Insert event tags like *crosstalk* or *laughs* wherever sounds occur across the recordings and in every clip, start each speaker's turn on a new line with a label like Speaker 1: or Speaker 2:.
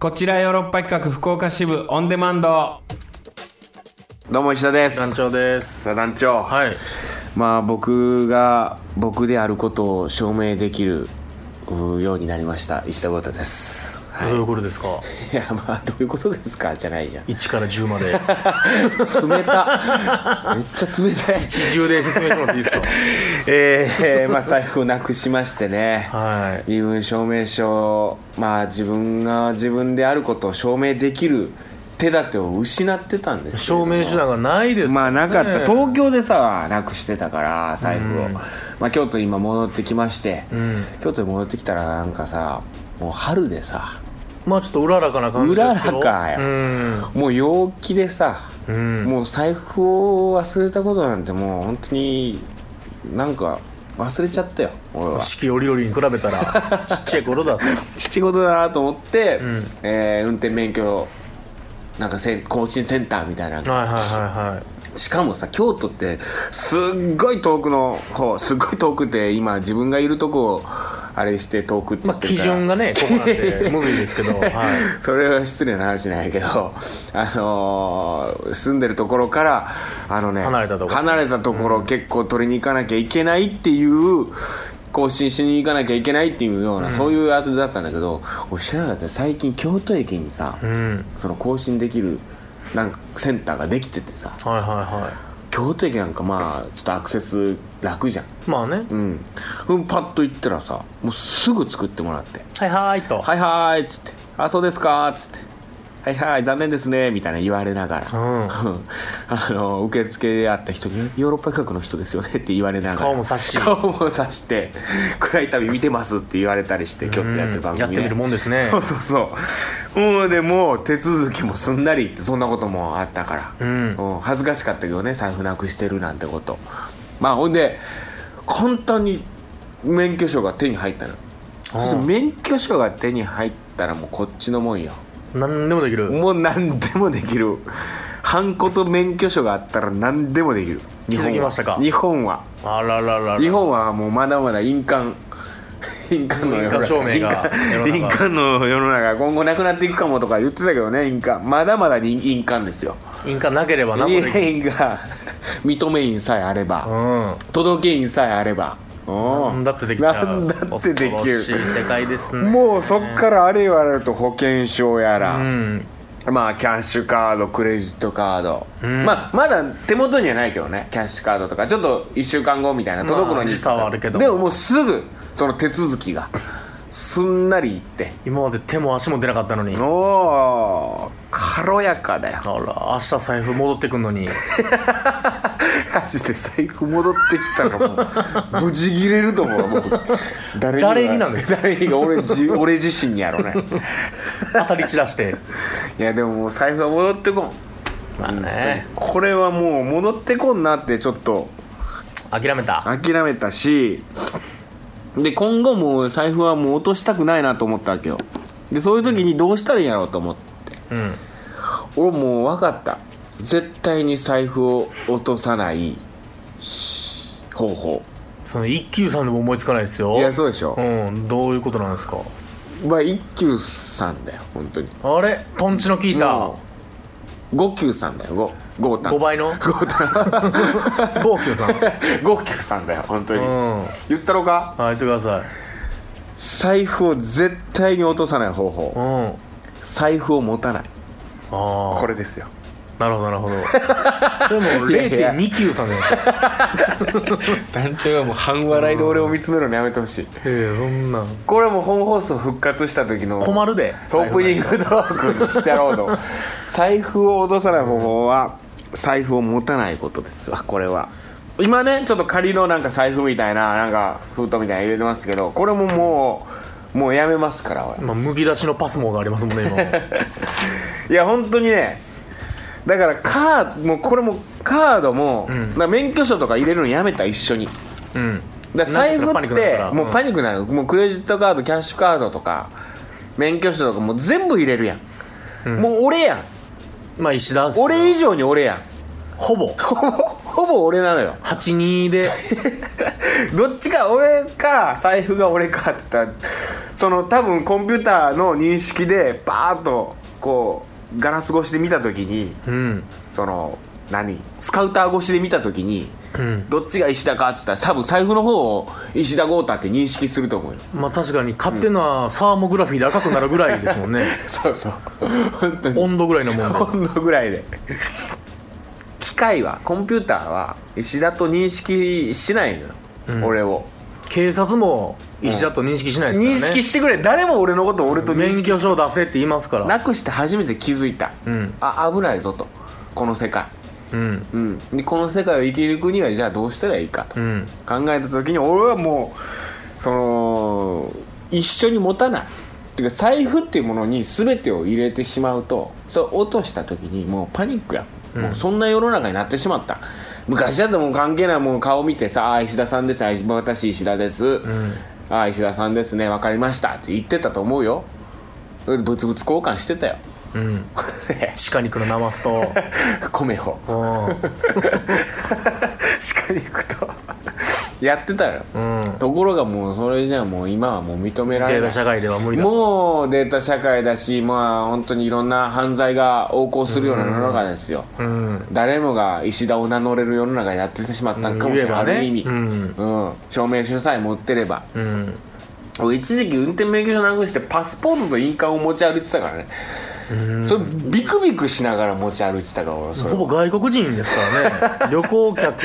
Speaker 1: こちらヨーロッパ企画福岡支部オンデマンド
Speaker 2: どうも石田です
Speaker 3: 団長です
Speaker 2: さあ団長、
Speaker 3: はい
Speaker 2: まあ僕が僕であることを証明できるうようになりました石田豪太です
Speaker 3: どういうことですか
Speaker 2: いやまあどういうことですかじゃないじゃん
Speaker 3: 1から10まで
Speaker 2: 冷 *laughs* ためっちゃ冷たい
Speaker 3: 10で説明してもらっていいです
Speaker 2: *laughs* えーまあ財布をなくしましてね
Speaker 3: かはい
Speaker 2: 身分証明書まあ自分が自分であることを証明できる手立てを失ってたんですけれど
Speaker 3: 証
Speaker 2: も
Speaker 3: 明手段がないです
Speaker 2: まあなかった、
Speaker 3: ね
Speaker 2: 東京でさなくしてたから財布を、まあ、京都に今戻ってきまして、
Speaker 3: ん
Speaker 2: 京都に戻ってきたらなんかさもう春でさ
Speaker 3: まあちょっとうららかな感じですけど
Speaker 2: うららかや
Speaker 3: うん
Speaker 2: もう陽気でさ、
Speaker 3: うん
Speaker 2: もう財布を忘れたことなんてもう本当になんか忘れちゃったよ俺は
Speaker 3: 四季折々に比べ
Speaker 2: *laughs*
Speaker 3: たらちっちゃい頃だった
Speaker 2: 仕事だなと思って、
Speaker 3: ん
Speaker 2: えー運転免許なんかせん更新センターみたいな
Speaker 3: はいはいはいはい
Speaker 2: しかもさ京都ってすっごい遠くの方すっごい遠くて今自分がいるとこをあれして遠くって言
Speaker 3: まあ
Speaker 2: って
Speaker 3: 基
Speaker 2: るから
Speaker 3: 準がねここなん
Speaker 2: *laughs*
Speaker 3: でむずいですけどはい
Speaker 2: それは失礼な話なんやけど、あのー住んでるところからあの、ね、
Speaker 3: 離れたところ
Speaker 2: 離れたところ結構取りに行かなきゃいけないっていう更新しに行かなきゃいけないっていうような、そういうあれだったんだけど俺知らなかった最近京都駅にさ、
Speaker 3: うん
Speaker 2: その更新できるなんかセンターができててさ
Speaker 3: はいはいは
Speaker 2: 京都駅なんかまあちょっとアクセス楽じゃん
Speaker 3: いまあね
Speaker 2: うん、うん、パッと行ったらさもうすぐ作ってもらって
Speaker 3: はいはいと
Speaker 2: はいはーいっつって「あそうですか」っつって「はいはい残念ですね」みたいな言われながら、
Speaker 3: うん
Speaker 2: あの受付で会った人に「ヨーロッパ企画の人ですよね」って言われながら
Speaker 3: 顔も察し
Speaker 2: 顔も察して「暗い旅見てます」って言われたりして今日やってる番組、ね
Speaker 3: やってみるもんですね
Speaker 2: そうそうそううんでも手続きもすんなりってそんなこともあったから、
Speaker 3: うん
Speaker 2: うん恥ずかしかったけどね財布なくしてるなんてことまあほんで簡単に免許証が手に入ったのそして免許証が手に入ったらもうこっちのもんよ
Speaker 3: 何でもできる
Speaker 2: もう何でもできるハンコと免許証があったら何でもできる
Speaker 3: 気
Speaker 2: 日
Speaker 3: づ
Speaker 2: 本
Speaker 3: き
Speaker 2: は
Speaker 3: ましたか
Speaker 2: 日本は
Speaker 3: あらららら
Speaker 2: 日本はもうまだまだ印鑑印鑑の世の
Speaker 3: 印鑑証明が
Speaker 2: 中印鑑印鑑の世の中今後なくなっていくかもとか言ってたけどね印鑑まだまだに印鑑ですよ
Speaker 3: 印鑑なければ何もできる
Speaker 2: 印鑑認め印さえあれば、
Speaker 3: うん
Speaker 2: 届け印さえあれば
Speaker 3: な
Speaker 2: なん
Speaker 3: だってできちゃう
Speaker 2: なんだってでき
Speaker 3: 恐ろしい
Speaker 2: る
Speaker 3: 世界ですね
Speaker 2: もうそっからあれ言われると保険証やら、
Speaker 3: うん
Speaker 2: まあキャッシュカードクレジットカード、
Speaker 3: ん
Speaker 2: まあまだ手元にはないけどねキャッシュカードとかちょっと1週間後みたいな届くの
Speaker 3: まあ
Speaker 2: に
Speaker 3: 時差はあるけど
Speaker 2: でももうすぐその手続きがすんなりいって
Speaker 3: 今まで手も足も出なかったのにあら
Speaker 2: おお軽やかだよ
Speaker 3: 明日財布戻ってくんの *laughs* に
Speaker 2: *laughs* マジで財布戻ってきたらもう無事切れると思うもう誰は
Speaker 3: 誰になんですか
Speaker 2: 誰にが俺じ俺自身にやろうね
Speaker 3: 当たり散らして
Speaker 2: いやでももう財布は戻ってこん
Speaker 3: まあね
Speaker 2: これはもう戻ってこんなってちょっと
Speaker 3: 諦めた
Speaker 2: 諦めたしで今後もう財布はもう落としたくないなと思ったわけよでそういう時にどうしたらいいんやろうと思って
Speaker 3: うん
Speaker 2: 俺もう分かった絶対に財布を落とさないし方法
Speaker 3: その一休さんでも思いつかないですよ
Speaker 2: いやそうでしょ
Speaker 3: うんどういうことなんですか
Speaker 2: まあ一休さんだよ本当に
Speaker 3: あれトンチの効いた
Speaker 2: 五休さんだよ五五
Speaker 3: 5倍 *laughs* の号泣さん *laughs* う
Speaker 2: 五休さんだよ本当に、
Speaker 3: ん
Speaker 2: 言ったろか
Speaker 3: あ言ってください
Speaker 2: 財布を絶対に落とさない方
Speaker 3: う
Speaker 2: 法
Speaker 3: んあ
Speaker 2: 財布を持たない
Speaker 3: あ
Speaker 2: これですよ
Speaker 3: なるほどなるほ *laughs* どそれもう
Speaker 2: いやいや
Speaker 3: 0.2級さんじゃないですか
Speaker 2: *laughs* 団長がもう半笑いで俺を見つめるのやめてほしい
Speaker 3: ええそんな
Speaker 2: これもう本放送復活した時の
Speaker 3: 困るで
Speaker 2: オープニングトークにしてやろうと *laughs* 財布を落とさない方法は財布を持たないことですわこれは今ねちょっと仮のなんか財布みたいななんか封筒みたいなの入れてますけどこれももうもうやめますから俺
Speaker 3: まあ、むき出しのパスモがありますもんね今
Speaker 2: *laughs* いや本当にねだからカードもうこれもカードも、
Speaker 3: うん
Speaker 2: まあ免許証とか入れるのやめた一緒に
Speaker 3: うん
Speaker 2: だから財布
Speaker 3: なんかそれ
Speaker 2: っ
Speaker 3: パニックになる
Speaker 2: て
Speaker 3: から
Speaker 2: もうパニックになる、もうクレジットカードキャッシュカードとか免許証とかもう全部入れるやん、もう俺やん
Speaker 3: まあ石田っ
Speaker 2: *laughs*
Speaker 3: す
Speaker 2: 俺以上に俺やん *laughs*
Speaker 3: ほぼ
Speaker 2: ほぼほぼ俺なのよ *laughs*
Speaker 3: 82で
Speaker 2: どっちか俺か財布が俺かって言ったらその多分コンピューターの認識でバーッとこうガラス越しで見た時に
Speaker 3: うん
Speaker 2: その何スカウター越しで見た時に、
Speaker 3: うん
Speaker 2: どっちが石田かっつったら多分財布の方を石田豪太って認識すると思うよ *laughs*
Speaker 3: まあ確かに勝手なサーモグラフィーで赤くなるぐらいですもんね
Speaker 2: *laughs* そうそう本当に
Speaker 3: 温度ぐらいのもんで
Speaker 2: 温度ぐらいで機械はコンピューターは石田と認識しないのよ、俺を
Speaker 3: 警察も石だと認識しないですからね
Speaker 2: 認識してくれ誰も俺のこと俺と認
Speaker 3: 免
Speaker 2: 識
Speaker 3: 許証出せって言いますから
Speaker 2: なくして初めて気づいた、
Speaker 3: うん
Speaker 2: あ危ないぞとこの世界、
Speaker 3: うん
Speaker 2: うん、でこの世界を生き抜くにはじゃあどうしたらいいかと、
Speaker 3: うん
Speaker 2: 考えた時に俺はもうその一緒に持たないっていうか財布っていうものに全てを入れてしまうとそれを落とした時にもうパニックや、もうそんな世の中になってしまった昔だともう関係ないもう顔見てさ「あー石田さんですあー私石田です」あー石田さんですね分かりました」って言ってたと思うよそれで物々交換してたよ
Speaker 3: うん鹿肉のナマスと
Speaker 2: *laughs* 米を
Speaker 3: う
Speaker 2: *laughs* 鹿肉とやってたよ、
Speaker 3: んうん
Speaker 2: ところがもうそれじゃもう今はもう認められ
Speaker 3: デー
Speaker 2: な
Speaker 3: タ
Speaker 2: い
Speaker 3: 社会では無理だ
Speaker 2: もうデータ社会だしまあ本当にいろんな犯罪が横行するような世の中ですよ、
Speaker 3: うん
Speaker 2: 誰もが石田を名乗れる世の中になってしまったんかもしれない、
Speaker 3: うん言えばね
Speaker 2: ある意味、
Speaker 3: うん
Speaker 2: うん証明書さえ持ってれば
Speaker 3: うん
Speaker 2: 俺一時期運転免許証なくしてパスポートと印鑑を持ち歩いてたからね、それビクビクしながら持ち歩いてたから俺それ
Speaker 3: ほぼ外国人です
Speaker 2: *laughs*
Speaker 3: からね旅行客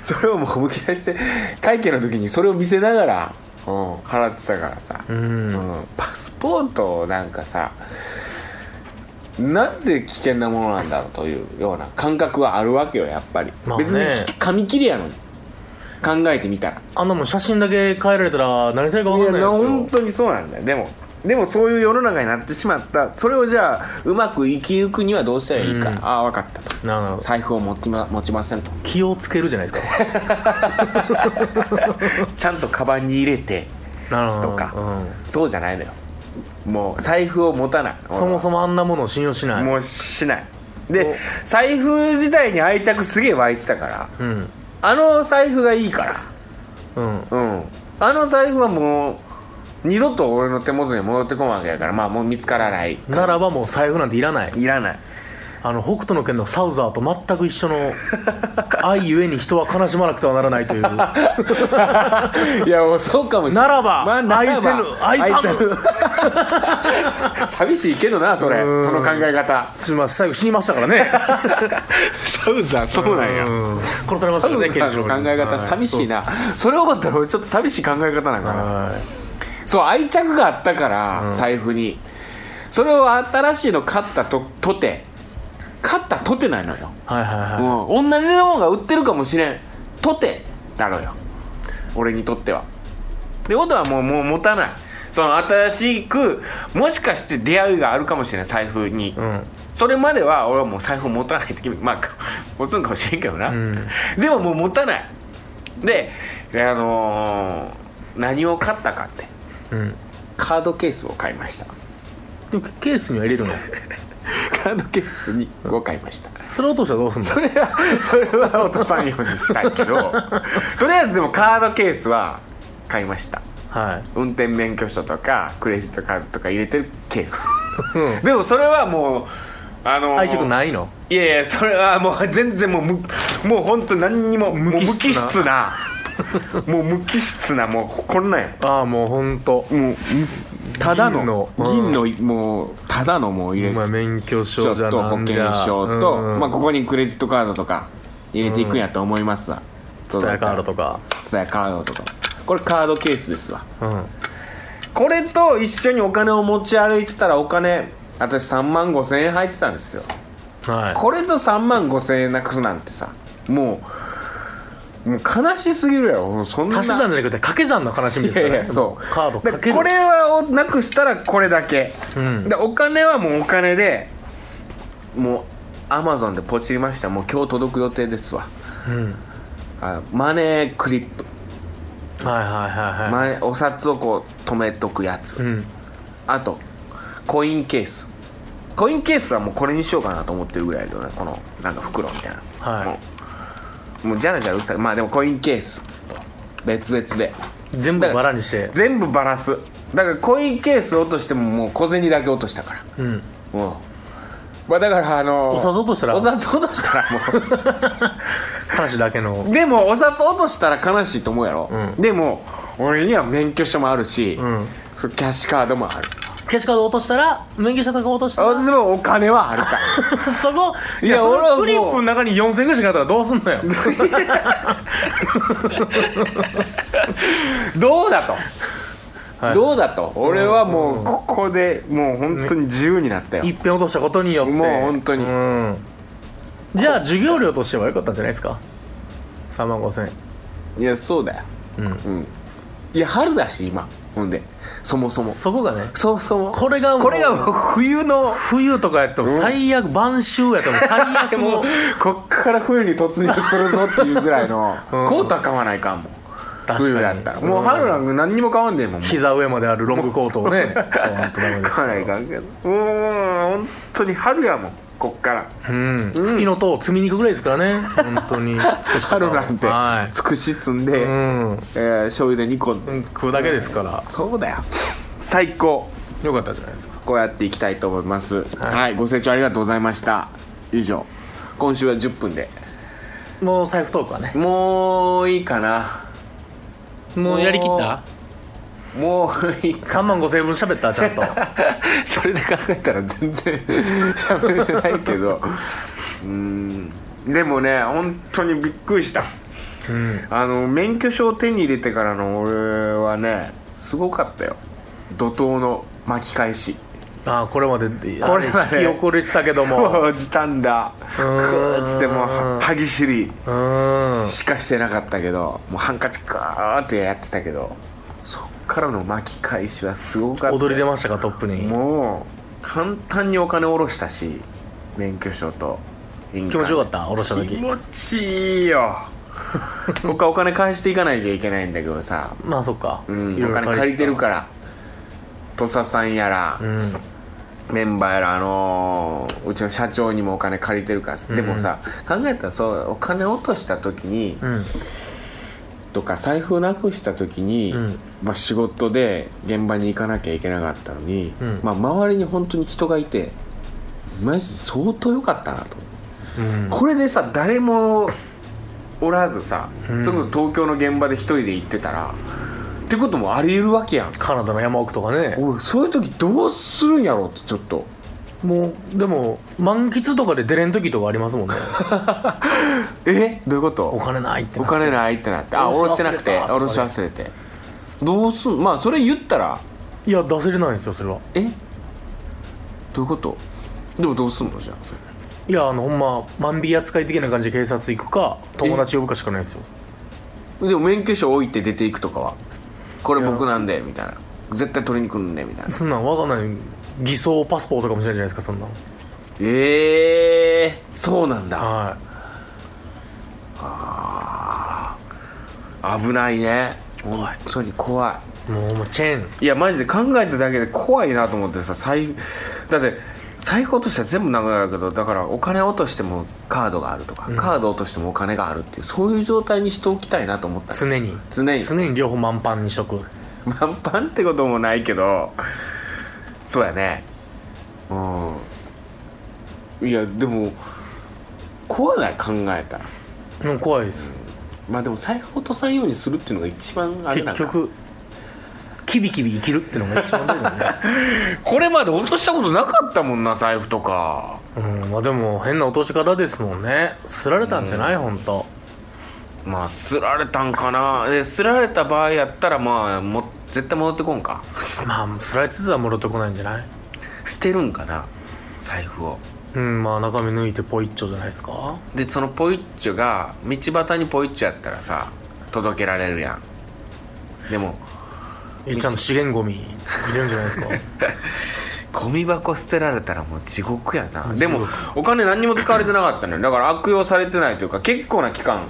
Speaker 2: それをもうむき出して会計の時にそれを見せながら、うん、払ってたからさ、
Speaker 3: うん
Speaker 2: うんパスポートなんかさなんで危険なものなんだろうというような感覚はあるわけよやっぱり、
Speaker 3: まあね
Speaker 2: 別に紙切れやのに考えてみたら
Speaker 3: あんなもん写真だけ変えられたら何せるか分かんない
Speaker 2: や本
Speaker 3: いですよ
Speaker 2: 当にそうなんだよでもでもそういう世の中になってしまったそれをじゃあうまく生き抜くにはどうしたらいいか、
Speaker 3: うん
Speaker 2: ああ分かったと
Speaker 3: なるほど
Speaker 2: 財布を持ち,、ま、持ちませんと
Speaker 3: 気をつけるじゃないですか
Speaker 2: ちゃんとカバンに入れて
Speaker 3: なるほど
Speaker 2: とか
Speaker 3: う
Speaker 2: そうじゃないのよもう財布を持たない
Speaker 3: んそも
Speaker 2: も
Speaker 3: そもあんなものを信用しない
Speaker 2: もうしないで財布自体に愛着すげえ湧いてたから
Speaker 3: うん
Speaker 2: あの財布がいいか
Speaker 3: うん
Speaker 2: らうんあの財布はもう二度と俺の手元に戻ってこんわけやからまあもう見つからない
Speaker 3: ならばもう財布なんていらない
Speaker 2: いら *laughs* ない
Speaker 3: あの北斗の拳のサウザーと全く一緒
Speaker 2: *laughs*
Speaker 3: の愛ゆえに人は悲しまなくてはならないという *laughs* ない
Speaker 2: やもうそうかもしれない
Speaker 3: らば,、
Speaker 2: なら
Speaker 3: 愛せぬ愛さぬ
Speaker 2: 寂しいけどなそれ
Speaker 3: うん
Speaker 2: その考え方
Speaker 3: すみません最後死にましたからね
Speaker 2: *laughs* サウザーそうなんや
Speaker 3: うん殺されました
Speaker 2: サ
Speaker 3: から
Speaker 2: ウ
Speaker 3: ね
Speaker 2: ザーの
Speaker 3: に
Speaker 2: 考え方
Speaker 3: はい
Speaker 2: 寂しいなそれ思ったら俺ちょっと寂しい考え方なんかな
Speaker 3: は
Speaker 2: そう愛着があったから、財布にそれを新しいの買ったととて買ったとてなのよ、
Speaker 3: いはいはいは
Speaker 2: うん、同じものが売ってるかもしれんとてなのよ俺にとってはってことはもうもう持たないその新しくもしかして出会いがあるかもしれない財布に、
Speaker 3: いうん
Speaker 2: それまでは俺はもう財布持たないって決めまあ *laughs* 持つんかもしれんけどな、
Speaker 3: ん
Speaker 2: でももう持たないであのー何を買ったかって
Speaker 3: うん
Speaker 2: カードケースを買いました
Speaker 3: でもケースには入れるの
Speaker 2: カードケースにを買いました
Speaker 3: それ落としたらどうすんの
Speaker 2: *laughs* それはそれは落とさんようにしたいけどとりあえずでもカードケースは買いました
Speaker 3: はい
Speaker 2: 運転免許証とかクレジットカードとか入れてるケース
Speaker 3: うん
Speaker 2: でもそれはもうあのー
Speaker 3: 愛着ないの
Speaker 2: いやいやそれはもう全然もうむもう本当何にも無
Speaker 3: 無機質な
Speaker 2: もう無機質なもうこんなんや
Speaker 3: ああもう本当。
Speaker 2: もうただの銀
Speaker 3: 銀
Speaker 2: の,、もうただのもう入れて
Speaker 3: まあ免許
Speaker 2: ちょ
Speaker 3: 証
Speaker 2: っ
Speaker 3: じゃ
Speaker 2: と
Speaker 3: な
Speaker 2: 保
Speaker 3: んじ
Speaker 2: 険
Speaker 3: ゃ
Speaker 2: 証と、
Speaker 3: うん
Speaker 2: まあ、ここにクレジットカードとか入れていくんやと思いますわ
Speaker 3: ツタヤカードとか
Speaker 2: ツタヤカードとかこれカードケースですわ
Speaker 3: うん
Speaker 2: これと一緒にお金を持ち歩いてたらお金私3万5千円入ってたんですよ
Speaker 3: は
Speaker 2: これと3万5千円なくすなんてさもうもう悲しすぎるやろそん
Speaker 3: い
Speaker 2: な
Speaker 3: 足し算じゃなくて掛け算の悲しみです
Speaker 2: いや
Speaker 3: から
Speaker 2: い
Speaker 3: ね
Speaker 2: やそう
Speaker 3: カードかけ
Speaker 2: で
Speaker 3: る
Speaker 2: これはなくしたらこれだけ、
Speaker 3: うん
Speaker 2: でお金はもうお金でもうアマゾンでポチりましたもう今日届く予定ですわ
Speaker 3: うん
Speaker 2: あマネークリップ、
Speaker 3: はいはいはいは
Speaker 2: マネーお札をこう止めとくやつ、
Speaker 3: いうん
Speaker 2: あとコインケースコインケースはもうこれにしようかなと思ってるぐらいのねこのなんか袋みたいな、
Speaker 3: はい
Speaker 2: もうもうじゃらじゃらうるさいまあでもコインケースと別々で
Speaker 3: 全部バラにして
Speaker 2: 全部バラすだからコインケース落としてももう小銭だけ落としたから
Speaker 3: うん
Speaker 2: うんまあだからあの
Speaker 3: お札落としたら
Speaker 2: お札落としたらもう
Speaker 3: 話だけ *laughs* の
Speaker 2: でもお札落としたら悲しいと思うやろ、
Speaker 3: う
Speaker 2: でも俺には免許証もあるし、
Speaker 3: ん
Speaker 2: そうキャッシュカードもある
Speaker 3: 消しカード落としたら免許証とか落としたら
Speaker 2: 私もお金はあるから
Speaker 3: *laughs* そこ
Speaker 2: いや
Speaker 3: その
Speaker 2: 俺はもう
Speaker 3: フリップの中に4000ぐらいしかあったらどうすんのよ
Speaker 2: どうだと、
Speaker 3: はい
Speaker 2: どうだと俺はもうここでもう本当に自由になったよ、
Speaker 3: 一遍落としたことによって
Speaker 2: もう本当に
Speaker 3: うんじゃあ授業料としては良かったんじゃないですか3万5000円
Speaker 2: いやそうだようん、いや春だし今ほんでそもそも
Speaker 3: そこがね
Speaker 2: そもそも
Speaker 3: これがもう
Speaker 2: これがもう冬の
Speaker 3: 冬とかやったら最悪、晩秋やったら最
Speaker 2: *laughs*
Speaker 3: 悪
Speaker 2: もう *laughs*
Speaker 3: もう
Speaker 2: こっから冬に突入するぞって *laughs* いうぐらいの、
Speaker 3: うん
Speaker 2: コートは買わないかんもん
Speaker 3: 確かに
Speaker 2: 冬だったらもう春なんか何にも買わんでえもんもう *laughs*
Speaker 3: 膝上まであるロングコートをね買わんとダメです
Speaker 2: 買わないかんけどもう本当に春やもんこっから
Speaker 3: うん月の塔を積みに行くぐらいですからね本当
Speaker 2: *laughs*
Speaker 3: に
Speaker 2: 春なんて
Speaker 3: は
Speaker 2: つくし積ん
Speaker 3: い
Speaker 2: で、
Speaker 3: うん
Speaker 2: えー醤油で煮込んで、
Speaker 3: うん食うだけですから
Speaker 2: そうだよ最高
Speaker 3: 良かったじゃないですか
Speaker 2: こうやっていきたいと思いますはい、ご清聴ありがとうございました以上今週は10分で
Speaker 3: もう財布トークはね
Speaker 2: もういいかな
Speaker 3: もうやりきった
Speaker 2: もういいか
Speaker 3: 3万5000円分喋った
Speaker 2: *laughs*
Speaker 3: ちゃんと
Speaker 2: それで考えたら全然喋れてないけどうーんでもね本当にびっくりした
Speaker 3: うん
Speaker 2: あの免許証を手に入れてからの俺はねすごかったよ怒涛の巻き返し
Speaker 3: ああこれまでで
Speaker 2: これまで
Speaker 3: あ引き起こりてたけど
Speaker 2: *laughs*
Speaker 3: も
Speaker 2: もう時短だこ
Speaker 3: ーん
Speaker 2: うつってもうは歯ぎしり
Speaker 3: うーん
Speaker 2: しかしてなかったけどもうハンカチガーってやってたけどそっからの巻き返しはすごかった
Speaker 3: 踊り出ましたかトップに
Speaker 2: もう簡単にお金下ろしたし免許証と印鑑
Speaker 3: 気持ちよかった下ろした
Speaker 2: 気
Speaker 3: 時
Speaker 2: 持ちいい
Speaker 3: *laughs*
Speaker 2: よここはお金返していかないといけないんだけどさ、
Speaker 3: まあそっか
Speaker 2: うん、
Speaker 3: いろい
Speaker 2: お
Speaker 3: ろ
Speaker 2: 金借りてるから土佐さんやら、
Speaker 3: うん
Speaker 2: メンバーやら、あのーうちの社長にもお金借りてるからさ、でもさ考えたらそうお金落とした時に、
Speaker 3: うん
Speaker 2: とか財布なくした時に、
Speaker 3: うん
Speaker 2: まあ、仕事で現場に行かなきゃいけなかったのに、
Speaker 3: うん
Speaker 2: まあ、周りに本当に人がいてマジ相当良かったなと、
Speaker 3: うん
Speaker 2: これでさ誰もおらずさ、
Speaker 3: うん
Speaker 2: 特に東京の現場で一人で行ってたらってこともあり得るわけやん
Speaker 3: カナダの山奥とかね
Speaker 2: おいそういう時どうするんやろうってちょっと
Speaker 3: もうでも満喫とかで出れん時とかあります
Speaker 2: *laughs*
Speaker 3: もんね
Speaker 2: えどういうこ
Speaker 3: お
Speaker 2: と
Speaker 3: 金ないって
Speaker 2: お
Speaker 3: な
Speaker 2: 金ないってなってあおろ
Speaker 3: おろ
Speaker 2: し
Speaker 3: して忘れ
Speaker 2: な
Speaker 3: た
Speaker 2: くて
Speaker 3: とか
Speaker 2: おろし忘れてどうすんまあそれ言ったら
Speaker 3: いや出せれないんですよそれは
Speaker 2: えどういうことでもどうすんのじゃあそれ
Speaker 3: いやあのほんま万引き扱い的な感じで警察行くか友達呼ぶかしかないんですよ
Speaker 2: でも免許証置いて出ていくとかはこれ
Speaker 3: いや
Speaker 2: 僕なんでみたいな絶対取りに来るんでみたいな
Speaker 3: そんなんわかんない偽装パスポートかもしれないじゃないですかそんなん
Speaker 2: ええー、そうなんだ
Speaker 3: は
Speaker 2: 危ないね
Speaker 3: 怖い
Speaker 2: 本当に怖
Speaker 3: いもうもうチェーン
Speaker 2: いいやマジで考えただけで怖いなと思ってさ財だって財布落としたら全部なくなるけどだからお金落としてもカードがあるとか、カード落としてもお金があるっていうそういう状態にしておきたいなと思った
Speaker 3: 常に
Speaker 2: 常に
Speaker 3: 常に両方満帆にしとく
Speaker 2: *laughs* 満帆ってこともないけどそうやねうんいやでも怖ない考えたら
Speaker 3: もう怖いです
Speaker 2: まあでも財布落とさんようにするっていうのが一番あれな
Speaker 3: 結
Speaker 2: んか
Speaker 3: 局キビキビ生きるってのが一番大事
Speaker 2: *laughs*
Speaker 3: だね
Speaker 2: これまで落としたことなかったもんな財布とか
Speaker 3: うんまあでも変な落とし方ですもんねすられたんじゃない本当
Speaker 2: まあすられたんかなですられた場合やったらまあも絶対戻ってこんか
Speaker 3: まあすられてたら戻ってこないんじゃない
Speaker 2: 捨てるんかな財布を
Speaker 3: うんまあ中身抜いてポイッチョじゃないですか
Speaker 2: でそのポイッチョが道端にポイッチョやったらさ届けられるやんでも
Speaker 3: えちゃんと資源ゴミ入れるんじゃな
Speaker 2: *laughs*
Speaker 3: いですか
Speaker 2: ゴミ箱捨てられたらもう地獄やな
Speaker 3: 獄
Speaker 2: でもお金何にも使われてなかったのよだから悪用されてないというか結構な期間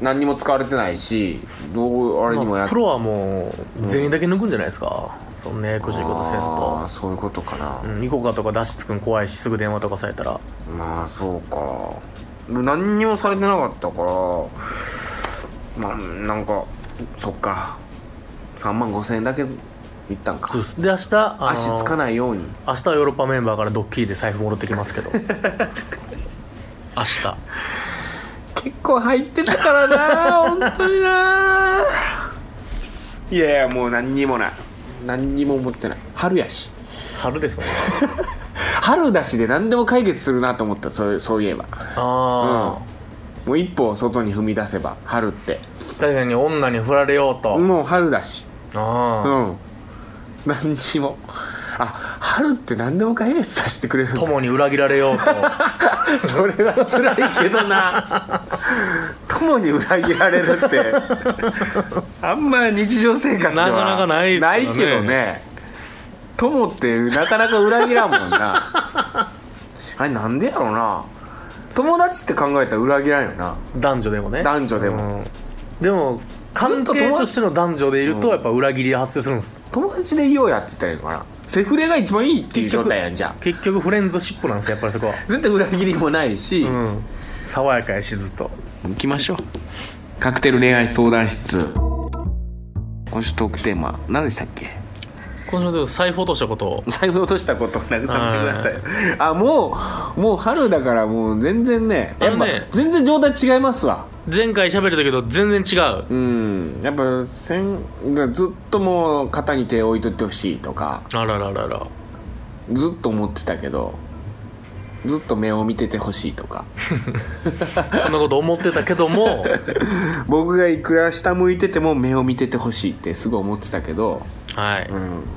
Speaker 2: 何にも使われてないしどうあれにも
Speaker 3: ま
Speaker 2: や
Speaker 3: あ
Speaker 2: っ
Speaker 3: プロはもう銭だけ抜くんじゃないですかそんなややこしいことせん
Speaker 2: あー
Speaker 3: と
Speaker 2: そういうことかな、
Speaker 3: うんニコカとかダッシュつくん怖いしすぐ電話とかされたら
Speaker 2: まあそうか何にもされてなかったからまあなんかそっか3万5千円だけいったんか
Speaker 3: そうですで明日、あの
Speaker 2: 足つかないように
Speaker 3: 明日はヨーロッパメンバーからドッキリで財布戻ってきますけ
Speaker 2: *laughs*
Speaker 3: ど明日
Speaker 2: 結構入ってたから *laughs* な本当にないやいやもう何にもない何にも思ってない春やし
Speaker 3: 春ですもんね
Speaker 2: 春だしで何でも解決するなと思ったそうそういえば
Speaker 3: ああ、
Speaker 2: もう一歩外に踏み出せば春って
Speaker 3: 確かに女に振られようと、
Speaker 2: もう春だしう
Speaker 3: ああ、
Speaker 2: ん何にもあ春って何でも解決させてくれるんだ
Speaker 3: 友に裏切られようと
Speaker 2: それは辛いけどな友に裏切られるってあんま日常生活では
Speaker 3: なかなかないですからね
Speaker 2: ないけどね友ってなかなか裏切らんもんなあれなんでやろうな友達って考えたら裏切らんよな *laughs*
Speaker 3: 男女でもね
Speaker 2: 男女でも
Speaker 3: うんでも関係としての男女でいるとやっぱ裏切り発生するんです、
Speaker 2: 友達でいようやって言ったらいいのかなセフレが一番いいっていう状態やんじゃん
Speaker 3: 結局フレンズシップなんですよやっぱりそこは
Speaker 2: 絶対裏切りもないし、
Speaker 3: うん爽やかやしずっと
Speaker 2: 行きましょうカクテル恋愛相談室今週トークテーマ何でしたっけ
Speaker 3: 今週の財布落としたことを
Speaker 2: 財布落としたことを慰めてくださいあもうもう春だからもう全然ねやっぱ
Speaker 3: あのね
Speaker 2: 全然状態違いますわ
Speaker 3: 前回喋れたけど全然違う
Speaker 2: うんやっぱせんずっともう肩に手を置いとってほしいとか
Speaker 3: あらららら
Speaker 2: ずっと思ってたけどずっと目を見ててほしいと *laughs* か
Speaker 3: そんなこと思ってたけ
Speaker 2: *laughs*
Speaker 3: ども
Speaker 2: 僕がいくら下向いてても目を見ててほしいってすごい思ってたけど
Speaker 3: はい、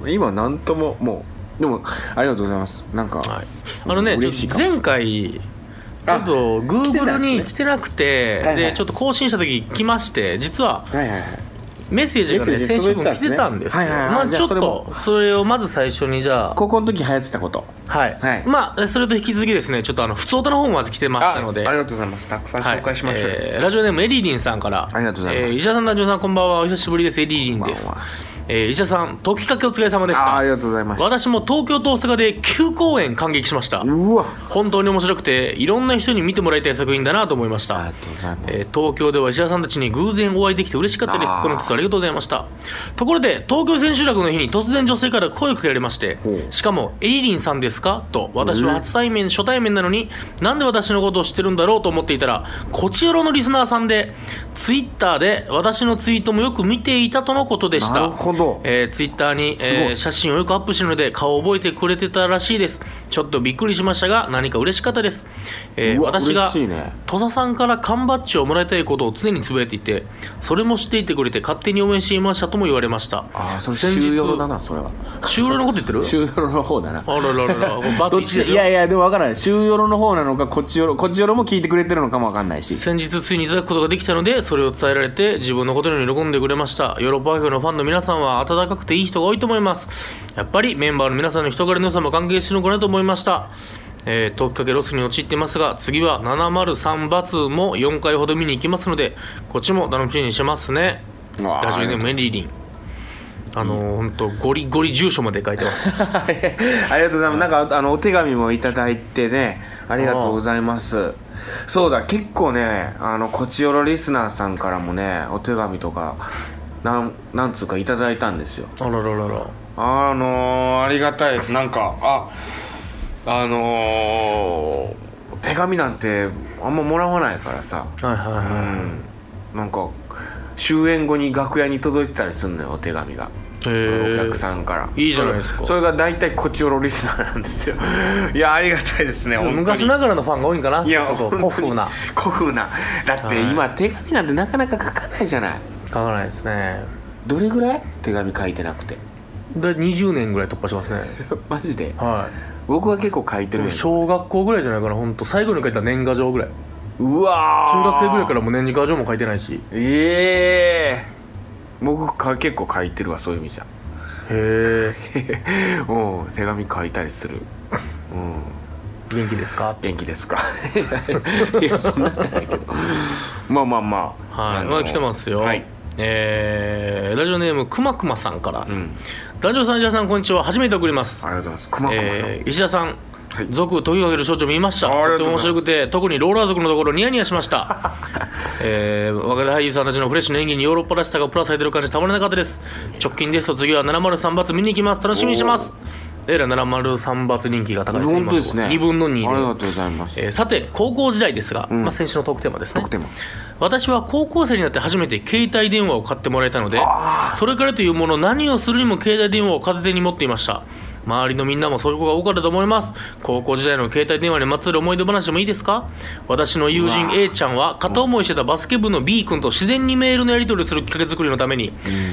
Speaker 2: うん、今なんとももうでもありがとうございますなんか、
Speaker 3: はい、あのねちょ
Speaker 2: 嬉しいかも
Speaker 3: 前回ちょ
Speaker 2: あ
Speaker 3: っと
Speaker 2: てた
Speaker 3: Google
Speaker 2: んですね
Speaker 3: に来てなくて
Speaker 2: はいはい
Speaker 3: でちょっと更新した時来まして実は
Speaker 2: はいはいはい
Speaker 3: メッセージが
Speaker 2: メ
Speaker 3: ね
Speaker 2: ッセージ
Speaker 3: 先週分
Speaker 2: 届い
Speaker 3: 来
Speaker 2: て
Speaker 3: て
Speaker 2: た
Speaker 3: た
Speaker 2: ん
Speaker 3: ん
Speaker 2: で
Speaker 3: ですす
Speaker 2: ね
Speaker 3: よ
Speaker 2: はいはいはい
Speaker 3: まあ
Speaker 2: じゃ
Speaker 3: ち
Speaker 2: あ
Speaker 3: ょっ
Speaker 2: それも
Speaker 3: とそれをまず最初にじゃあ
Speaker 2: 高校の時流行ってたこと
Speaker 3: はい、
Speaker 2: はい
Speaker 3: まあそれと引き続きですねちょっとあの普通歌の方もまず来てましたので
Speaker 2: ありがとうございますたくさん
Speaker 3: はい
Speaker 2: 紹介しましょう、
Speaker 3: えーラジオネームエリリンさんから
Speaker 2: ありがとうございます
Speaker 3: えー石田さん男女さんこんばんはお久しぶりですエリリンです
Speaker 2: こんばんは
Speaker 3: えー石田さん時かけお疲れ様でし
Speaker 2: ああ
Speaker 3: た
Speaker 2: りがとうございます
Speaker 3: 私も東京と大阪で9公演感激しました
Speaker 2: うわ
Speaker 3: 本当に面白くていろんな人に見てもらいたい作品だなと思いまし
Speaker 2: あり
Speaker 3: た
Speaker 2: がとうございます、
Speaker 3: えー東京では石田さんたちに偶然お会いできて嬉しかったで
Speaker 2: あー
Speaker 3: す。このつありがとうございました。ところで、東京千秋楽の日に突然女性から声をかけられまして
Speaker 2: ほう、
Speaker 3: しかも、エリリンさんですかと、私は初対面、初対面なのに、なんで私のことを知ってるんだろうと思っていたら、こちらのリスナーさんで、ツイッターで私のツイートもよく見ていたとのことでした。
Speaker 2: なるほど
Speaker 3: えー、ツイッターに、
Speaker 2: ごい
Speaker 3: えー写真をよくアップしてるので顔を覚えてくれてたらしいですちょっとびっくりしましたが何か嬉しかったです、えー
Speaker 2: うわ
Speaker 3: 私が
Speaker 2: 嬉しいね
Speaker 3: 土佐さんから缶バッジをもらいたいことを常につぶやいていてそれも知っていてくれて勝手に応援していましたとも言われました
Speaker 2: ああそれ
Speaker 3: 先日
Speaker 2: 終了だなそれは
Speaker 3: 終了のこと言ってる
Speaker 2: 終了の方だな
Speaker 3: あららららこれバッ
Speaker 2: ど
Speaker 3: グ
Speaker 2: っち
Speaker 3: 一緒
Speaker 2: いやいやでも分からない終了の方なのかこっちよろこっちよろも聞いてくれてるのかも分かんないし
Speaker 3: 先日ついにいただくことができたのでそれを伝えられて自分のことのように喜んでくれましたヨーロッパ学のファンの皆さんは温かくていい人が多いと思いますやっぱりメンバーの皆さんの人柄の良さも関係してるのかなと思いましたえー、時かけロスに陥っていますが次は703バツも4回ほど見に行きますのでこっちも楽しみにしてますね
Speaker 2: うわー
Speaker 3: ラジオネームメリリンあのー、ほんとゴリゴリ住所まで書いてます
Speaker 2: *laughs* ありがとうございます。なんかあのお手紙もいただいてね、ありがとうございます。そうだ、結構ね、あのこちよろリスナーさんからもね、お手紙とかなんなんつうかいただいたんですよ。
Speaker 3: あらららら
Speaker 2: あのー、ありがたいです。なんかああのー、手紙なんてあんまもらわないからさ、
Speaker 3: はいはいは
Speaker 2: うん、なんか終演後に楽屋に届いてたりすんのよお手紙が。
Speaker 3: いへー
Speaker 2: お客さんから
Speaker 3: いいじゃないですか
Speaker 2: それそれが大体こっちおろリスナーなんですよいやありがたいですね本当に
Speaker 3: 昔ながらのファンが多いんかない
Speaker 2: や
Speaker 3: ちょっと
Speaker 2: 本当に
Speaker 3: 古風な
Speaker 2: 古風なだって
Speaker 3: はい
Speaker 2: 今、手紙なんてなかなか書かないじゃない
Speaker 3: 書かないですね
Speaker 2: どれぐらい手紙書いてなくて
Speaker 3: で20年ぐらい突破しますね
Speaker 2: マジで
Speaker 3: は
Speaker 2: 僕は結構書いてる
Speaker 3: い
Speaker 2: ね
Speaker 3: *laughs* 小学校ぐらいじゃないかな本当最後に書いた年賀状ぐらいう
Speaker 2: わー
Speaker 3: 中学生ぐらいからもう年賀状も書いてないしへ
Speaker 2: ええ僕か結構書いてるわそういう意味じゃ *laughs*
Speaker 3: え
Speaker 2: うん手紙書いたりするうん
Speaker 3: 元気ですかって
Speaker 2: 元気ですか *laughs* いやそんなんじゃないけどまあまあまあ
Speaker 3: はいまだ来てますよ、
Speaker 2: はい
Speaker 3: えーラジオネームくまくまさんから、
Speaker 2: うん
Speaker 3: ラジオさん石田さんこんにちは初めて送ります
Speaker 2: ありがとうございます。熊熊さん。
Speaker 3: えー石田さん、族ときかける少女見ました
Speaker 2: あり
Speaker 3: と
Speaker 2: が
Speaker 3: て
Speaker 2: とう
Speaker 3: も面
Speaker 2: ござい
Speaker 3: 白くて特にローラー族のところニヤニヤしました
Speaker 2: *laughs*
Speaker 3: えー、若手俳優さんたちのフレッシュな演技にヨーロッパらしさがプラスされてる感じたまらなかったです直近ですと次は703バツ見に行きます楽しみにしますえら703バツ人気が高いです
Speaker 2: 本当ですね
Speaker 3: 2分の
Speaker 2: ありが
Speaker 3: 2
Speaker 2: とうございます
Speaker 3: えーさて高校時代ですが、まあ、先週のトークテーマですね
Speaker 2: 特典も
Speaker 3: 私は高校生になって初めて携帯電話を買ってもらえたのでそれからというもの何をするにも携帯電話を片手に持っていました周りのみんなもそういう子が多かったと思います高校時代の携帯電話にまつわる思い出話もいいですか私の友人 A ちゃんは片思いしてたバスケ部の B 君と自然にメールのやり取りをするきっかけ作りのために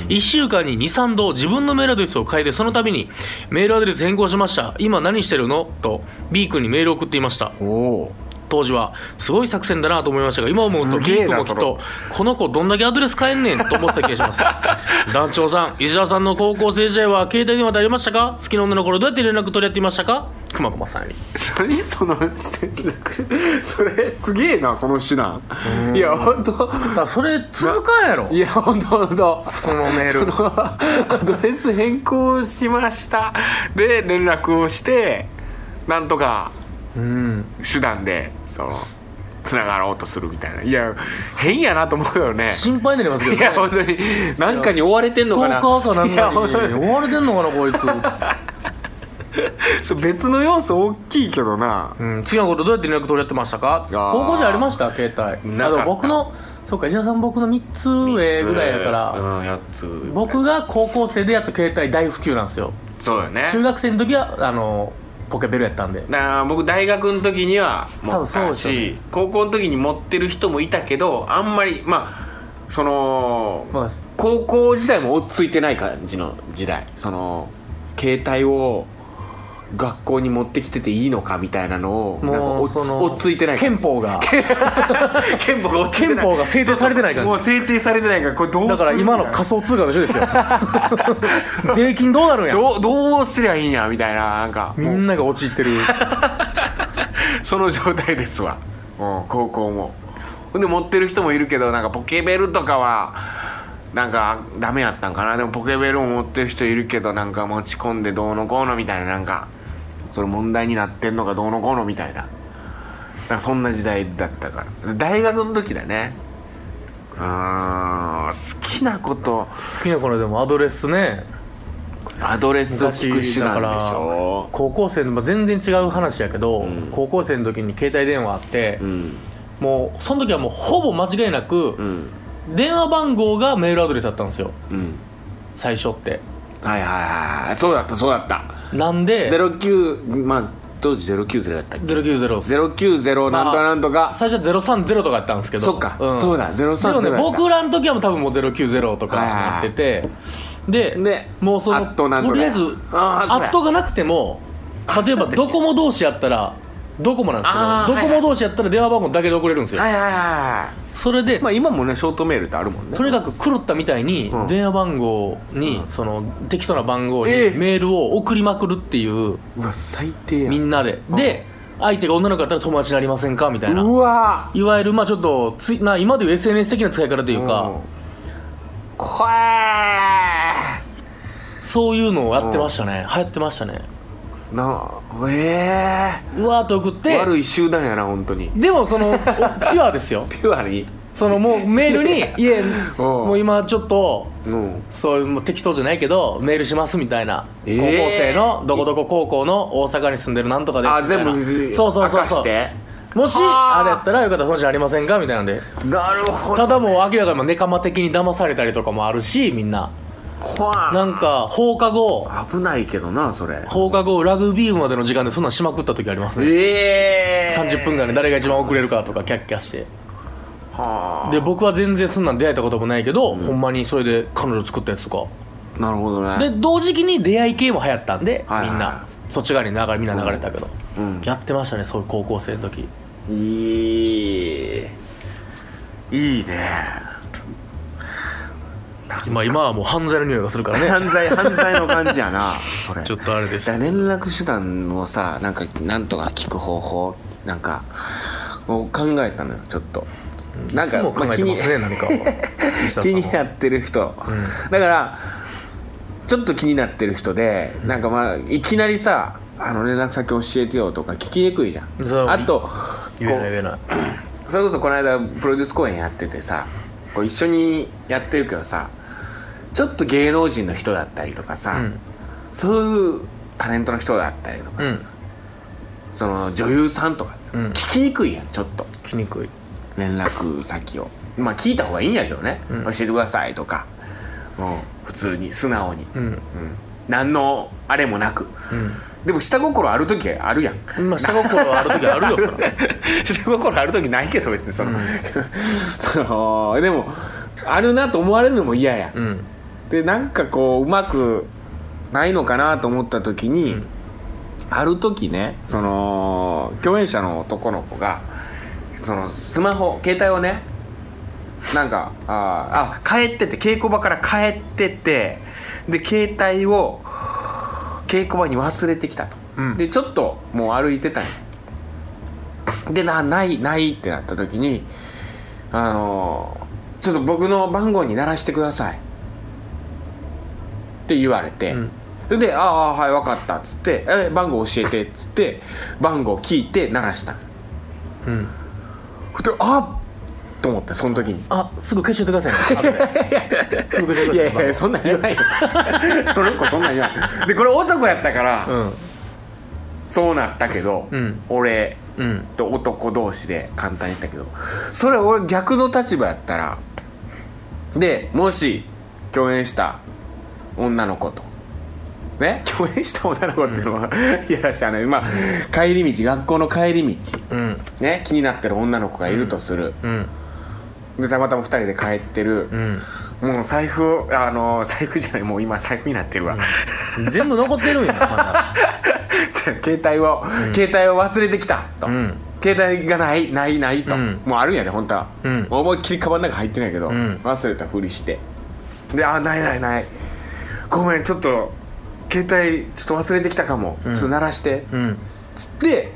Speaker 3: 1週間に23度自分のメールアドレスを変えてその度にメールアドレス変更しました今何してるのと B 君にメールを送っていました
Speaker 2: おお
Speaker 3: 当時はすごい作戦だなと思いましたが今思うと
Speaker 2: す
Speaker 3: ギ
Speaker 2: げえ
Speaker 3: ーク
Speaker 2: な
Speaker 3: もきっとこの子どんだけアドレス変えんねんと思ってた気が
Speaker 2: *laughs*
Speaker 3: します団長さん石田さんの高校生時代は携帯電話でありましたか好きな女の頃どうやって連絡取り合っていましたかくまこまさんに
Speaker 2: 何その連絡それすげえなその手段いや本当
Speaker 3: それ続かんやろ
Speaker 2: いや本当本当
Speaker 3: そのメー
Speaker 2: そ
Speaker 3: ル
Speaker 2: のアドレス変更しましたで連絡をしてなんとか
Speaker 3: うん
Speaker 2: 手段でそのつながろうとするみたいないや変やなと思うよね
Speaker 3: 心配になりますけ
Speaker 2: い
Speaker 3: どね
Speaker 2: や本当に何かに追われてんのかな
Speaker 3: ストーカーかなん
Speaker 2: いや
Speaker 3: か
Speaker 2: 本当
Speaker 3: に追われてんのかなこいつ、
Speaker 2: にそう別の要素大きいけどな
Speaker 3: うん、好きなことどうやって連絡取り合ってましたか
Speaker 2: ー
Speaker 3: 高校時代ありました携帯
Speaker 2: なか
Speaker 3: あ
Speaker 2: った
Speaker 3: と僕のそうか石田さん僕の3つ上ぐらいやから
Speaker 2: うん8つ
Speaker 3: 僕が高校生でやっと携帯大普及なんですよ
Speaker 2: そうだよね
Speaker 3: 中学生の時はあのポケベルやったんで
Speaker 2: だから僕大学の時には
Speaker 3: 多
Speaker 2: 持
Speaker 3: 分
Speaker 2: っ
Speaker 3: そうで
Speaker 2: た
Speaker 3: しょう
Speaker 2: し、
Speaker 3: ね
Speaker 2: 高校の時に持ってる人もいたけどあんまりまあその、
Speaker 3: まあ
Speaker 2: 高校時代も落ち着いてない感じの時代その携帯を学校に持ってきてていいのかみたいなのをなんか
Speaker 3: もう
Speaker 2: 落ち
Speaker 3: その
Speaker 2: 落ち着いてない
Speaker 3: 憲
Speaker 2: 感じ
Speaker 3: 法が
Speaker 2: 憲法が落ち着いて
Speaker 3: 憲
Speaker 2: ない
Speaker 3: 法が制定されてない
Speaker 2: も
Speaker 3: 感
Speaker 2: う制定されてないからこれどうする
Speaker 3: じだから今の仮想通貨と一緒ですよ *laughs* 税金どうなるんや
Speaker 2: どうどうすりゃいいんやみたいななんか
Speaker 3: みんなが陥ってる
Speaker 2: その状態ですわ、うん、高校もほんで持ってる人もいるけどなんかポケベルとかはなんかダメやったんかなでもポケベルを持ってる人いるけどなんか持ち込んでどうのこうのみたいななんかそれ問題になってんのかどうのこうのみたいななんかそんな時代だったから大学の時だねうーん好きなこと
Speaker 3: 好きな頃でもアドレスね
Speaker 2: アドレスを聞く手
Speaker 3: だ
Speaker 2: 段
Speaker 3: か
Speaker 2: でし
Speaker 3: ら
Speaker 2: ょ
Speaker 3: 高校生の、まあ、全然違う話やけど、
Speaker 2: ん
Speaker 3: 高校生の時に携帯電話あって、
Speaker 2: うん
Speaker 3: もうその時はもうほぼ間違いなく、
Speaker 2: うん
Speaker 3: 電話番号がメールアドレスだったんですよ
Speaker 2: うん
Speaker 3: 最初って
Speaker 2: はいはいはいはいそうだったそうだった
Speaker 3: なんで
Speaker 2: 09まあ当時090だったっけ
Speaker 3: 090
Speaker 2: 090なんとかなんとか、
Speaker 3: 最初は030とかやったんですけど
Speaker 2: そっかそうだ030
Speaker 3: でもね
Speaker 2: だった
Speaker 3: 僕らの時はもう多分もう090とかなっててで
Speaker 2: で
Speaker 3: もうその
Speaker 2: アットなんとか
Speaker 3: とりあえず
Speaker 2: あーそう
Speaker 3: ア
Speaker 2: や
Speaker 3: ットがなくても例えばドコモ同士やったらドコモなんですけ
Speaker 2: あー
Speaker 3: どドコ
Speaker 2: はいは
Speaker 3: モ
Speaker 2: い
Speaker 3: 同士やったら電話番号だけで送れるんですよ
Speaker 2: はいはいはいは
Speaker 3: それで
Speaker 2: いまあ今もねショートメールってあるもんね
Speaker 3: とにかく狂ったみたいに
Speaker 2: うん
Speaker 3: 電話番号にその適当な番号に
Speaker 2: ええ
Speaker 3: メールを送りまくるっていう
Speaker 2: うわ最低や
Speaker 3: みんなでで相手が女の子だったら友達になりませんかみたいな
Speaker 2: うわ
Speaker 3: いわゆるまあちょっとついな今でいう SNS 的な使い方というか、
Speaker 2: うんこえ
Speaker 3: そういうのをやってましたね、流行ってましたね
Speaker 2: ーなえ
Speaker 3: うわーっと送っ
Speaker 2: え
Speaker 3: て
Speaker 2: 悪い集団やな本当に
Speaker 3: でもそのおピュアですよ
Speaker 2: ピュアに
Speaker 3: そのもうメールに「いえもう今ちょっと
Speaker 2: うん
Speaker 3: そういうもう適当じゃないけどメールします」みたいな、
Speaker 2: えー
Speaker 3: 高校生のどこどこ高校の大阪に住んでるなんとかです
Speaker 2: あ
Speaker 3: みたい
Speaker 2: 全
Speaker 3: な
Speaker 2: 部
Speaker 3: そうそうそう
Speaker 2: 明か
Speaker 3: そ
Speaker 2: し
Speaker 3: う
Speaker 2: て
Speaker 3: もし
Speaker 2: はー
Speaker 3: あれやったらよかったらそのじゃありませんかみたいなんで
Speaker 2: なるほ
Speaker 3: ただもう明らかにもうネカマ的に騙されたりとかもあるしみんな
Speaker 2: 怖い
Speaker 3: なんか放課後
Speaker 2: 危ないけどなそれ
Speaker 3: 放課後ラグビー部までの時間でそんなんしまくった時ありますね、
Speaker 2: ええー、
Speaker 3: 30分間で誰が一番遅れるかとかキャッキャして
Speaker 2: は
Speaker 3: で僕は全然そんなん出会えたこともないけど、ほんまにそれで彼女作ったやつと
Speaker 2: あなるほど
Speaker 3: か
Speaker 2: ね
Speaker 3: で同時期に出会い系も流行ったんで、
Speaker 2: はいはいはい
Speaker 3: みんなそっち側に流れみんな流れたけど、
Speaker 2: うん
Speaker 3: やってましたねそういう高校生の時
Speaker 2: いいいいね
Speaker 3: 今今はもう犯罪の匂いがするから
Speaker 2: *laughs*
Speaker 3: ね
Speaker 2: 犯罪犯罪の感じや
Speaker 3: *laughs*
Speaker 2: なそれ
Speaker 3: ちょっとあれです
Speaker 2: だから連絡手段をさなんかなんとか聞く方法なんかを考えたのよちょっとなん
Speaker 3: いつ
Speaker 2: か
Speaker 3: も考えてますね、
Speaker 2: まあ
Speaker 3: 何かを石田
Speaker 2: 気に気
Speaker 3: も
Speaker 2: になってる人、だからちょっと気になってる人でなんかまあいきなりさあの連絡先教えてよとか聞きにくいじゃん
Speaker 3: そう
Speaker 2: あとこ
Speaker 4: 言えない言えないう
Speaker 2: それこそこの間プロデュース公演やっててさこう一緒にやってるけどさちょっと芸能人の人だったりとかさ、
Speaker 3: ん
Speaker 2: そういうタレントの人だったりとかさ、その女優さんとかさ、
Speaker 3: うん
Speaker 2: 聞きにくいやんちょっと
Speaker 4: 聞きにくい
Speaker 2: 連絡先をまあ聞いた方がいいんやけどね、教えてくださいとかもう普通に素直に、
Speaker 3: うん
Speaker 2: うん何のあれもなく、でも下心ある時あるやん
Speaker 3: まあ下心はある時あるよそら
Speaker 2: *laughs* 下心ある時ないけど別にその、 *laughs* そのでもあるなと思われるのも嫌やん、
Speaker 3: うん
Speaker 2: でなんかこううまくないのかなと思った時に、ある時ねその共演者の男の子がそのスマホ携帯をねなんかあーあ帰ってて稽古場から帰っててで携帯を稽古場に忘れてきたと、
Speaker 3: うん
Speaker 2: でちょっともう歩いてたんよでなないないってなった時にあのーちょっと僕の番号に鳴らしてくださいって言われて、で「ああはい分かった」っつって「え番号教えて」っつって番号聞いて鳴らした
Speaker 3: うん
Speaker 2: ふとあっと思ってその時に
Speaker 4: あすぐ消してください
Speaker 2: *laughs*
Speaker 4: ね後ですぐ消してくだ
Speaker 2: いや
Speaker 4: さい
Speaker 2: いやそんなん言わないよ
Speaker 3: *laughs*
Speaker 2: その子そんなん言わないでこれ男やったから、
Speaker 3: うん
Speaker 2: そうなったけど、
Speaker 3: うん
Speaker 2: 俺
Speaker 3: うん
Speaker 2: と男同士で簡単に言ったけどそれ俺逆の立場やったらでもし共演した女の子とね *laughs* 共演した女の子っていうのは、いやらしいあのまあ帰り道学校の帰り道
Speaker 3: うん
Speaker 2: ね気になってる女の子がいるとする、
Speaker 3: うん
Speaker 2: でたまたま2人で帰ってる
Speaker 3: う、ん
Speaker 2: もう財布をあの財布じゃないもう今財布になってるわ、
Speaker 3: 全部残ってるんやま
Speaker 2: *laughs* 携帯を、携帯を忘れてきたと、
Speaker 3: ん
Speaker 2: 携帯がないないないと、
Speaker 3: うん
Speaker 2: もうあるんやね本当は、
Speaker 3: うん
Speaker 2: 思いっきりカバンの中入ってないけど、
Speaker 3: ん
Speaker 2: 忘れたふりしてであないないないごめんちょっと携帯ちょっと忘れてきたかも、ちょっと鳴らして、
Speaker 3: だうん
Speaker 2: つって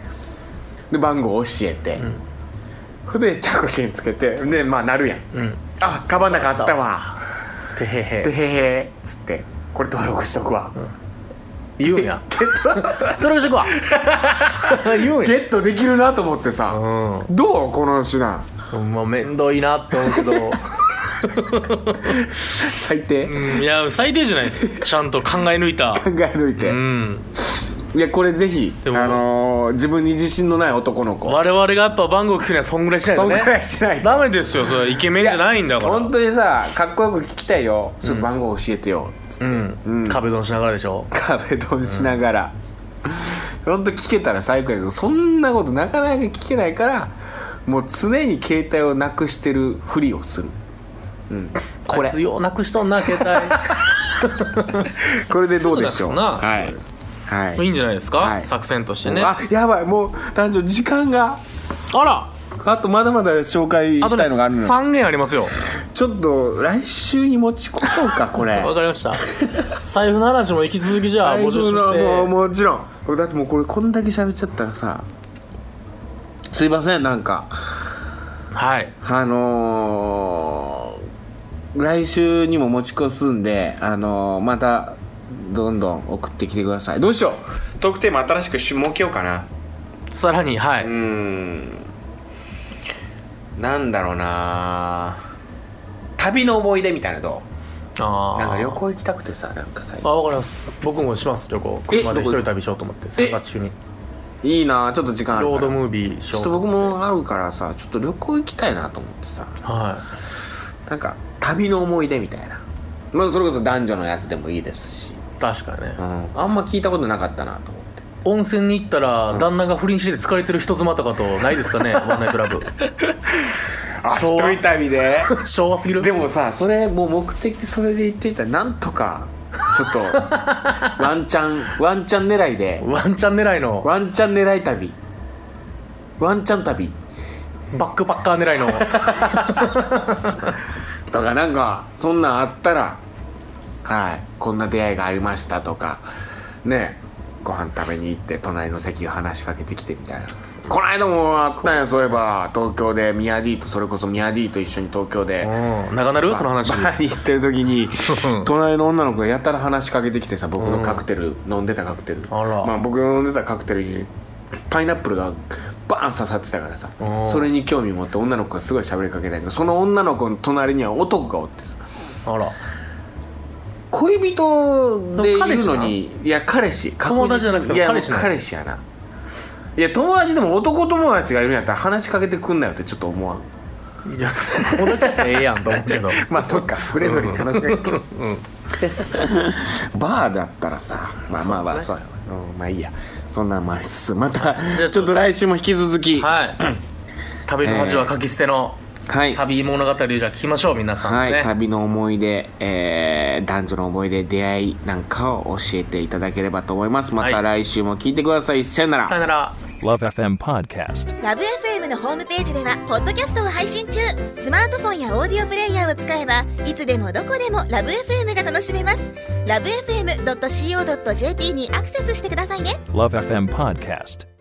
Speaker 2: で番号教えて、ほん、で着信につけてでまあ鳴るやん、
Speaker 3: うん
Speaker 2: あカバンの中あったわ
Speaker 3: てへ
Speaker 2: で
Speaker 3: へ
Speaker 2: へーへーっつってこれ登録しとくわ、
Speaker 3: 言うんや登録しと
Speaker 2: *laughs*
Speaker 3: くわ言うんや
Speaker 2: ゲットできるなと思ってさ、
Speaker 3: うん
Speaker 2: どうこの手段
Speaker 3: まあ面倒いなって思うけど
Speaker 2: 最低、
Speaker 3: うんいや最低じゃないですちゃんと考え抜いた
Speaker 2: 考え抜いて、
Speaker 3: うん
Speaker 2: いやこれぜひ、あ
Speaker 3: でも
Speaker 2: のー自分に自信のない男の子
Speaker 3: 我々がやっぱ番号聞くにはそんぐらいしない
Speaker 2: そ
Speaker 3: と
Speaker 2: んぐ
Speaker 3: ね
Speaker 2: らいしないと
Speaker 3: ダメですよそれイケメンじゃないんだから
Speaker 2: 本当にさかっこよく聞きたいよちょっと番号教えてよ、
Speaker 3: うん、壁ドンしながらでしょ
Speaker 2: 壁ドンしながら、ほんと聞けたら最高やけどそんなことなかなか聞けないからもう常に携帯をなくしてるふりをする、うん、これ
Speaker 3: あいつようなくしとんな携
Speaker 2: これでどうでしょう
Speaker 3: そうだっすな
Speaker 2: はい、はい
Speaker 3: 帯いいんじゃないですか、
Speaker 2: はい
Speaker 3: 作戦としてね
Speaker 2: あやばいもう男女時間が
Speaker 3: あら
Speaker 2: あとまだまだ紹介
Speaker 3: あと
Speaker 2: し
Speaker 3: ね
Speaker 2: たいのがあるのよ
Speaker 3: 3件ありますよ
Speaker 2: ちょっと来週に持ち越そう *laughs* かこれ
Speaker 3: わかりました財布の話も引き続きじゃあ募集し
Speaker 2: 財布のもう
Speaker 3: て
Speaker 2: もちろんだってもうこれこんだけ喋っちゃったらさすいませんなんか
Speaker 3: はい
Speaker 2: あのー来週にも持ち越すんで、あのーまたどんどん送ってきてくださいどうしよう特テーマ新しく設けようかな
Speaker 3: さらにはいう
Speaker 2: ーんなんだろうな旅の思い出みたいなのど
Speaker 3: あ
Speaker 2: う
Speaker 3: あ
Speaker 2: なんか旅行行きたくてさなんか最
Speaker 3: あ
Speaker 2: 近
Speaker 3: わかります僕もします旅行車
Speaker 2: ど
Speaker 3: で一
Speaker 2: こ
Speaker 3: 人旅しようと思って3月中に
Speaker 2: いいなちょっと時間ある
Speaker 3: ロ
Speaker 2: か
Speaker 3: ード
Speaker 2: ら
Speaker 3: ムービーし
Speaker 2: ちょ
Speaker 3: よ
Speaker 2: っ
Speaker 3: う
Speaker 2: と
Speaker 3: と
Speaker 2: 僕
Speaker 3: 思って
Speaker 2: もあるからさちょっと旅行行きたいなと思ってさ
Speaker 3: は
Speaker 2: なんか旅の思い出みたいなまあそれこそ男女のやつでもいいですし
Speaker 3: い確かにね
Speaker 2: あんま聞いたことなかったなと思って
Speaker 3: 温泉に行ったら旦那が不倫してて疲れてる人妻とかとないで
Speaker 2: *laughs*
Speaker 3: すかねワンナイトラブ
Speaker 2: あ
Speaker 3: 昭和
Speaker 2: 旅で
Speaker 3: 昭和すぎ
Speaker 2: *laughs*
Speaker 3: る
Speaker 2: でもさそれもう目的それで言っといたらなんとかちょ *laughs* っとワンチャンワンチャン狙いで
Speaker 3: ワンチャン狙いの
Speaker 2: ワンチャン狙い旅ワンチャン旅
Speaker 3: バックパッカー狙いの
Speaker 2: とかなんかそんなんあったらはいこんな出会いがありましたとかねご飯食べに行って隣の席が話しかけてきてみたいなこないだもあったんやそういえば東京でミヤディとそれこそミヤディと一緒に東京で
Speaker 3: うん長なるその話
Speaker 2: バーに行ってる時に隣の女の子がやたら話しかけてきてさ僕のカクテル、飲んでたカクテル
Speaker 3: あら
Speaker 2: まあ、僕の飲んでたカクテルにパイナップルがバーン刺さってたからさ
Speaker 3: うん
Speaker 2: それに興味持って女の子がすごい喋りかけたんやけどその女の子の隣には男がおってさ
Speaker 3: あら
Speaker 2: 恋人でいる
Speaker 3: そ
Speaker 2: の
Speaker 3: う彼
Speaker 2: にいや彼氏確実
Speaker 3: 友達じゃなくても
Speaker 2: いや
Speaker 3: 彼氏なの
Speaker 2: もう彼氏やないや友達でも男友達がいるんやったら話しかけてくんなよってちょっと思わん
Speaker 3: いや友達やったらええやんと思うけど
Speaker 2: まあそっかフレンドリーに話しかけてバーだったらさまあまあまあそうやわうんまあいいやそんなんもありつつまた
Speaker 3: じゃあ
Speaker 2: ちょっと来週も引き続きは
Speaker 3: はい旅の恥は書き捨ての
Speaker 2: い
Speaker 3: 旅物語をじゃあ聞きましょう皆さん
Speaker 2: は
Speaker 3: ね、
Speaker 2: い、旅の思い出、えー男女の思い出出会いなんかを教えていただければと思いますま
Speaker 3: は
Speaker 2: た
Speaker 3: い
Speaker 2: 来週も聞いてください、さよなら
Speaker 3: さよなら
Speaker 5: Love FM Podcast.
Speaker 6: ラブ f m のホームページではポッドキャストを配信中スマートフォンやオーディオプレイヤーを使えばいつでもどこでもラブ f m が楽しめますラブ FM.co.jp にアクセスしてくださいね
Speaker 5: Love FM Podcast.